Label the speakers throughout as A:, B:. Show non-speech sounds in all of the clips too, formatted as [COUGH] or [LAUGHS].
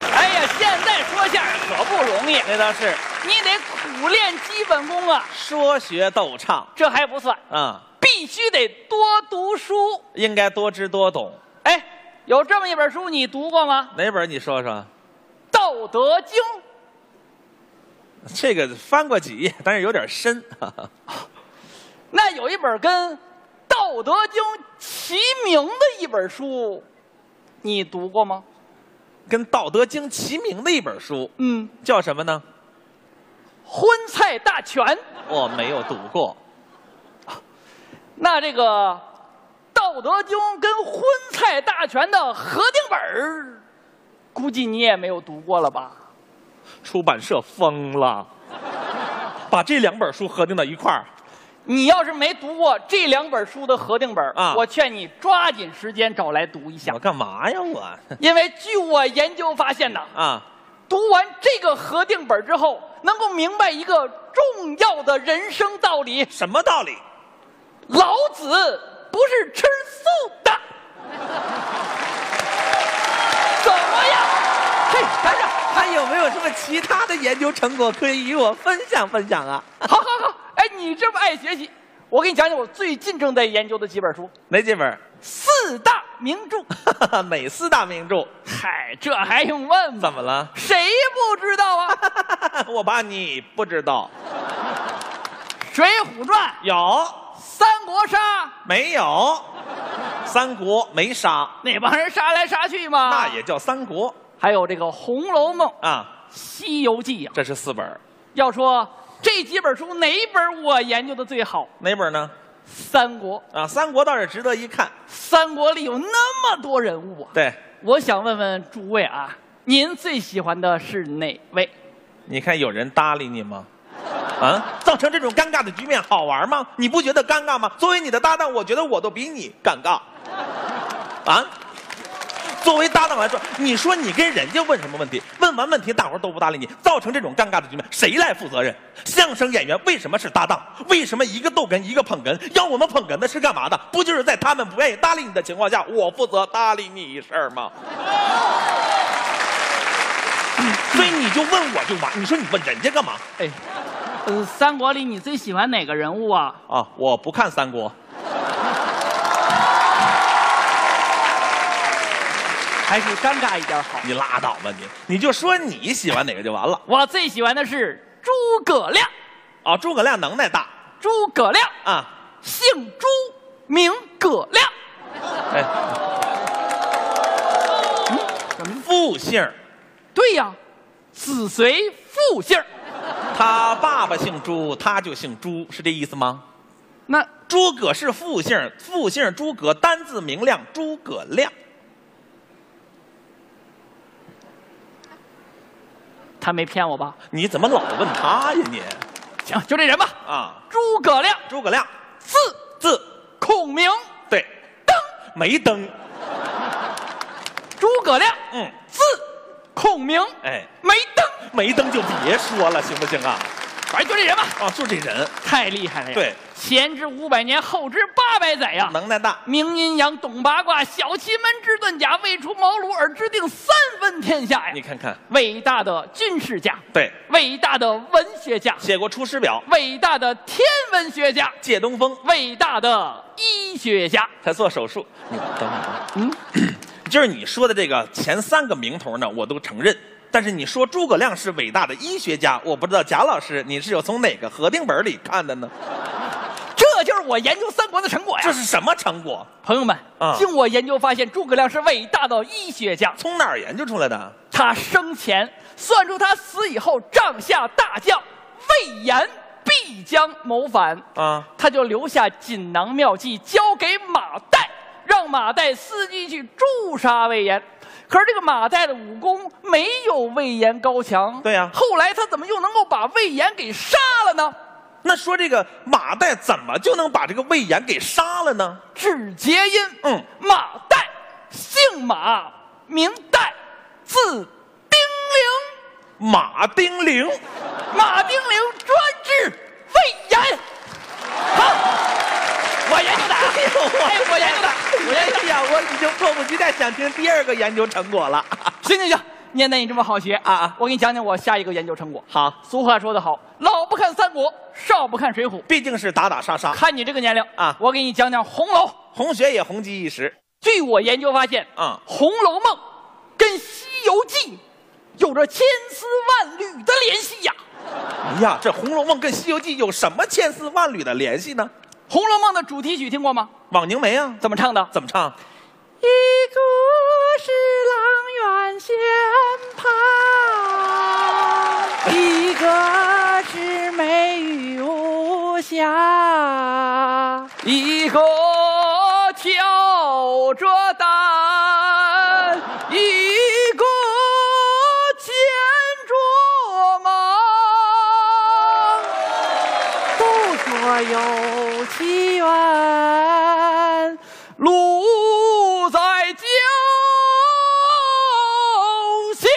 A: 哎可不容易，
B: 那倒是
A: 你得苦练基本功啊。
B: 说学逗唱
A: 这还不算，
B: 啊、
A: 必须得多读书。
B: 应该多知多懂。
A: 哎，有这么一本书你读过吗？
B: 哪本你说说？
A: 《道德经》。
B: 这个翻过几页，但是有点深。哈哈
A: 那有一本跟《道德经》齐名的一本书，你读过吗？
B: 跟《道德经》齐名的一本书，
A: 嗯，
B: 叫什么呢？
A: 《荤菜大全》。
B: 我没有读过。
A: 那这个《道德经》跟《荤菜大全》的合订本儿，估计你也没有读过了吧？
B: 出版社疯了，把这两本书合并到一块儿。
A: 你要是没读过这两本书的合订本儿
B: 啊
A: 我劝你抓紧时间找来读一下
B: 我，干嘛呀我？
A: 因为据我研究发现呐，
B: 啊，
A: 读完这个合订本之后，能够明白一个重要的人生道理：
B: 什么道理？
A: 老子不是吃素的。怎么样？嘿，来着，
B: 还有没有什么其他的研究成果可以与我分享分享啊？
A: 好好好，哎，你这么爱学习，我给你讲讲我最近正在研究的几本书，
B: 哪几本？
A: 四大名著。
B: 哪四大名著？
A: 嗨，这还用问吗？
B: 怎么了？
A: 谁不知道啊？
B: [LAUGHS]
A: 《
B: 我怕你不知道。
A: 水浒传》《
B: 有
A: 三国杀》，
B: 没有？三国没杀，
A: 那帮人杀来杀去嘛。
B: 那也叫三国
A: 还有这个《红楼梦》《
B: 啊。
A: 西游记》啊。
B: 这是四本，
A: 要说这几本书哪本我研究的最好？
B: 哪本呢？
A: 三国，
B: 啊，三国倒是值得一看。
A: 三国里有那么多人物啊。
B: 对，
A: 我想问问诸位啊，您最喜欢的是哪位？
B: 你看有人搭理你吗？啊，造成这种尴尬的局面好玩吗？你不觉得尴尬吗？作为你的搭档，我觉得我都比你尴尬。啊，作为搭档来说，你说你跟人家问什么问题？问完问题，大伙儿都不搭理你，造成这种尴尬的局面，谁来负责任？相声演员为什么是搭档？为什么一个逗哏一个捧哏？要我们捧哏的是干嘛的？不就是在他们不愿意搭理你的情况下，我负责搭理你一事儿吗？所以你就问我就完，你说你问人家干嘛？
A: 哎，呃，三国里你最喜欢哪个人物啊？
B: 啊，我不看三国。
A: [LAUGHS] 还是尴尬一点好。
B: 你拉倒吧你，你就说你喜欢哪个就完了。
A: 我最喜欢的是诸葛亮，
B: 啊，诸葛亮能耐大
A: 诸葛亮，
B: 啊，
A: 姓朱，名葛亮，
B: 哎，复姓儿，
A: 对呀，子随父姓儿
B: 他爸爸姓朱，他就姓朱，是这意思吗？
A: 那
B: 诸葛是复姓儿，复姓儿诸葛，单字明亮，诸葛亮。
A: 他没骗我吧？
B: 你怎么老问他呀你？
A: 行，就这人吧。
B: 啊，
A: 诸葛亮，
B: 诸葛亮，
A: 字
B: 字
A: 孔明，
B: 对，
A: 登。
B: 没登，
A: 诸葛亮，
B: 嗯，
A: 字孔明，
B: 哎，
A: 没登。
B: 没登就别说了，行不行啊？
A: 反正就这人吧，
B: 啊，就这人
A: 太厉害了呀！
B: 对，
A: 前知五百年，后知八百载呀。
B: 能耐大，
A: 明阴阳，懂八卦，小奇门之遁甲，未出茅庐而知定三分天下呀！
B: 你看看，
A: 伟大的军事家，
B: 对，
A: 伟大的文学家，
B: 写过《出师表》。
A: 伟大的天文学家，
B: 借东风
A: 伟大的医学家。
B: 才做手术。你等会儿，啊
A: 嗯，
B: 就是你说的这个前三个名头呢，我都承认。但是你说诸葛亮是伟大的医学家，我不知道贾老师你是有从哪个核定本里看的呢？
A: 这就是我研究三国的成果
B: 这
A: 呀！嗯
B: 是什么成果？
A: 朋友们
B: 啊，
A: 经我研究发现，诸葛亮是伟大的医学家。
B: 从哪儿研究出来的？
A: 他生前算出他死以后帐下大将魏延必将谋反，
B: 啊，
A: 他就留下锦囊妙计交给马岱，让马岱伺机去诛杀魏延。可是这个马岱的武功没有魏延高强，
B: 对呀
A: 后来他怎么又能够把魏延给杀了呢？
B: 那说这个马岱怎么就能把这个魏延给杀了呢？
A: 治节因，
B: 嗯，
A: 马岱，姓马，名岱，字丁玲。
B: 马丁玲， [LAUGHS]
A: 马丁玲专治肺炎。好，我研究的啊， [LAUGHS] 哎，我啊研究的，我研究的。
B: 呀，我已经迫不及待想听第二个研究成果了。
A: 行行行，念得你这么好学
B: 啊啊
A: 我给你讲讲我下一个研究成果。
B: 好，
A: 俗话说得好，老不看三国，少不看水浒。
B: 毕竟是打打杀杀，
A: 看你这个年龄
B: 啊
A: 我给你讲讲《红楼》。
B: 红学也红极一时。
A: 据我研究发现，
B: 啊
A: 《红楼梦》跟《西游记》有着千丝万缕的联系呀、
B: 哎呀，这《红楼梦》跟《西游记》有什么千丝万缕的联系呢？
A: 红楼梦》的主题曲听过吗？
B: 枉凝眉啊，
A: 怎么唱的？
B: 怎么唱？
A: 一个是阆苑仙葩，一个是美玉无瑕，一个挑着担，一个牵着马。都说有奇缘，路在脚下。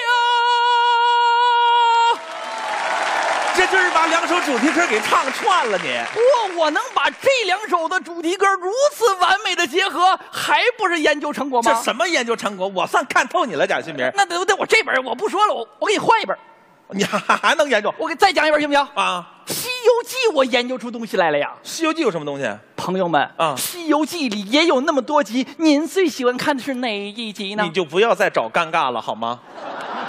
B: 这就是把两首主题歌给唱串了你，
A: 哇，我能把这两首的主题歌如此完美的结合，还不是研究成果
B: 这
A: 吗？
B: 什么研究成果？我算看透你了，贾新明，
A: 那得得我这本我不说了，我我给你换一本，
B: 你还还能研究
A: 我给再讲一本行不行？《
B: 啊？
A: 西游记》我研究出东西来了呀。
B: 《西游记》有什么东西？
A: 朋友们，
B: 啊
A: 西游记》里也有那么多集，您最喜欢看的是哪一集呢？
B: 你就不要再找尴尬了好吗？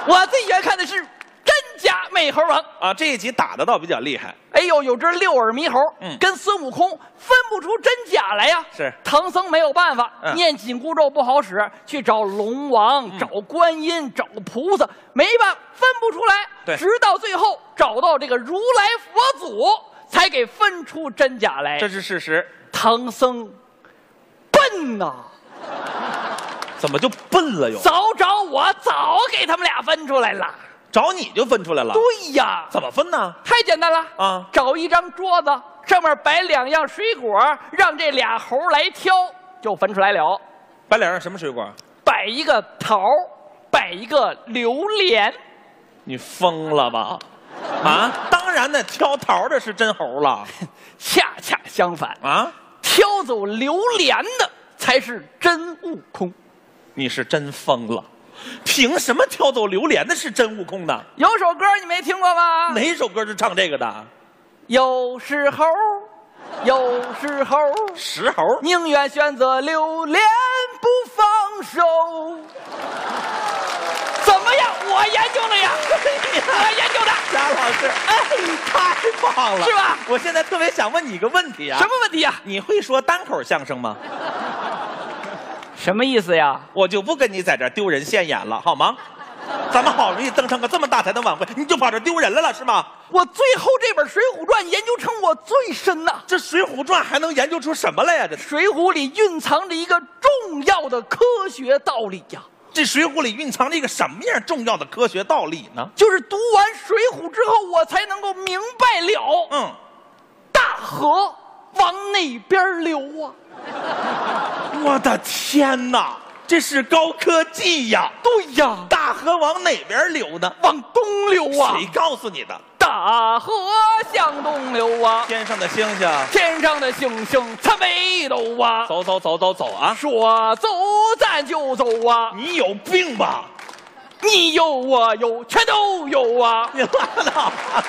A: 我最喜欢看的是真假美猴王。
B: 啊，这一集打的倒比较厉害，
A: 哎呦，有只六耳猕猴，
B: 嗯
A: 跟孙悟空分不出真假来呀。
B: 是
A: 唐僧没有办法，
B: 嗯
A: 念紧箍咒不好使，去找龙王、找观音、找菩萨，没办法分不出来。
B: 对
A: 直到最后找到这个如来佛祖，才给分出真假来。
B: 这是事实。
A: 唐僧笨呐、啊
B: 怎么就笨了又？
A: 早找我早给他们俩分出来了。
B: 找你就分出来了？
A: 对呀，
B: 怎么分呢？
A: 太简单了
B: 啊
A: 找一张桌子，上面摆两样水果，让这俩猴来挑，就分出来了。
B: 白脸上什么水果？
A: 摆一个桃，摆一个榴莲。
B: 你疯了吧？啊，当然呢，挑桃的是真猴了 [LAUGHS]
A: 恰恰相反，
B: 啊！
A: 挑走榴莲的才是真悟空。
B: 你是真疯了，凭什么挑走榴莲的是真悟空呢？
A: 有首歌你没听过吗？
B: 哪首歌是唱这个的？
A: 有时候，有时候，
B: 石猴？
A: [LAUGHS] 宁愿选择榴莲不放手。怎么样？我研究的呀，我研究的。
B: 贾老师，哎，太棒了，
A: 是吧
B: 我现在特别想问你一个问题啊，
A: 什么？问题呀、
B: 你会说单口相声吗？
A: 什么意思呀？
B: 我就不跟你在这儿丢人现眼了，好吗？咱们好容易登上个这么大台的晚会，你就跑这儿丢人来了是吗？
A: 我最后这本《水浒传》研究成我最深呐、
B: 这《水浒传》还能研究出什么来呀、这
A: 水浒》里蕴藏着一个重要的科学道理呀、
B: 这《水浒》里蕴藏着一个什么样重要的科学道理呢？
A: 就是读完《水浒》之后，我才能够明白了，
B: 嗯，
A: 大河往哪边流啊？
B: 我的天哪，这是高科技呀！
A: 对呀，
B: 大河往哪边流呢？
A: 往东流啊！
B: 谁告诉你的？
A: 大河向东流啊，
B: 天上的星星，
A: 天上的星星它北斗啊，
B: 走走走走走啊！
A: 说走咱就走啊，
B: 你有 [LAUGHS] 病吧？
A: 你有我有全都有啊。
B: 你拉倒吧！